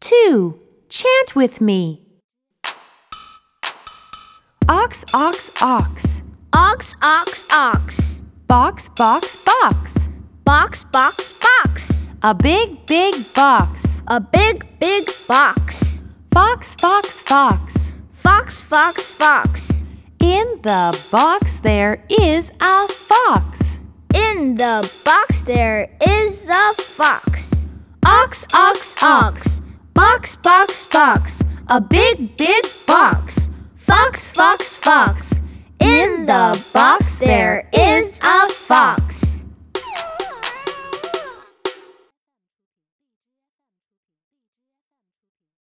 Two, chant with me. Ox, ox, ox. Ox, ox, ox. Box, box, box. Box, box, box. A big, big box. A big, big box. Fox, fox, fox. Fox, fox, fox. In the box there is a fox. In the box there is a fox. Ox, ox, ox. Box, box, box. A big, big box. Fox, fox, fox. In the box there is a fox.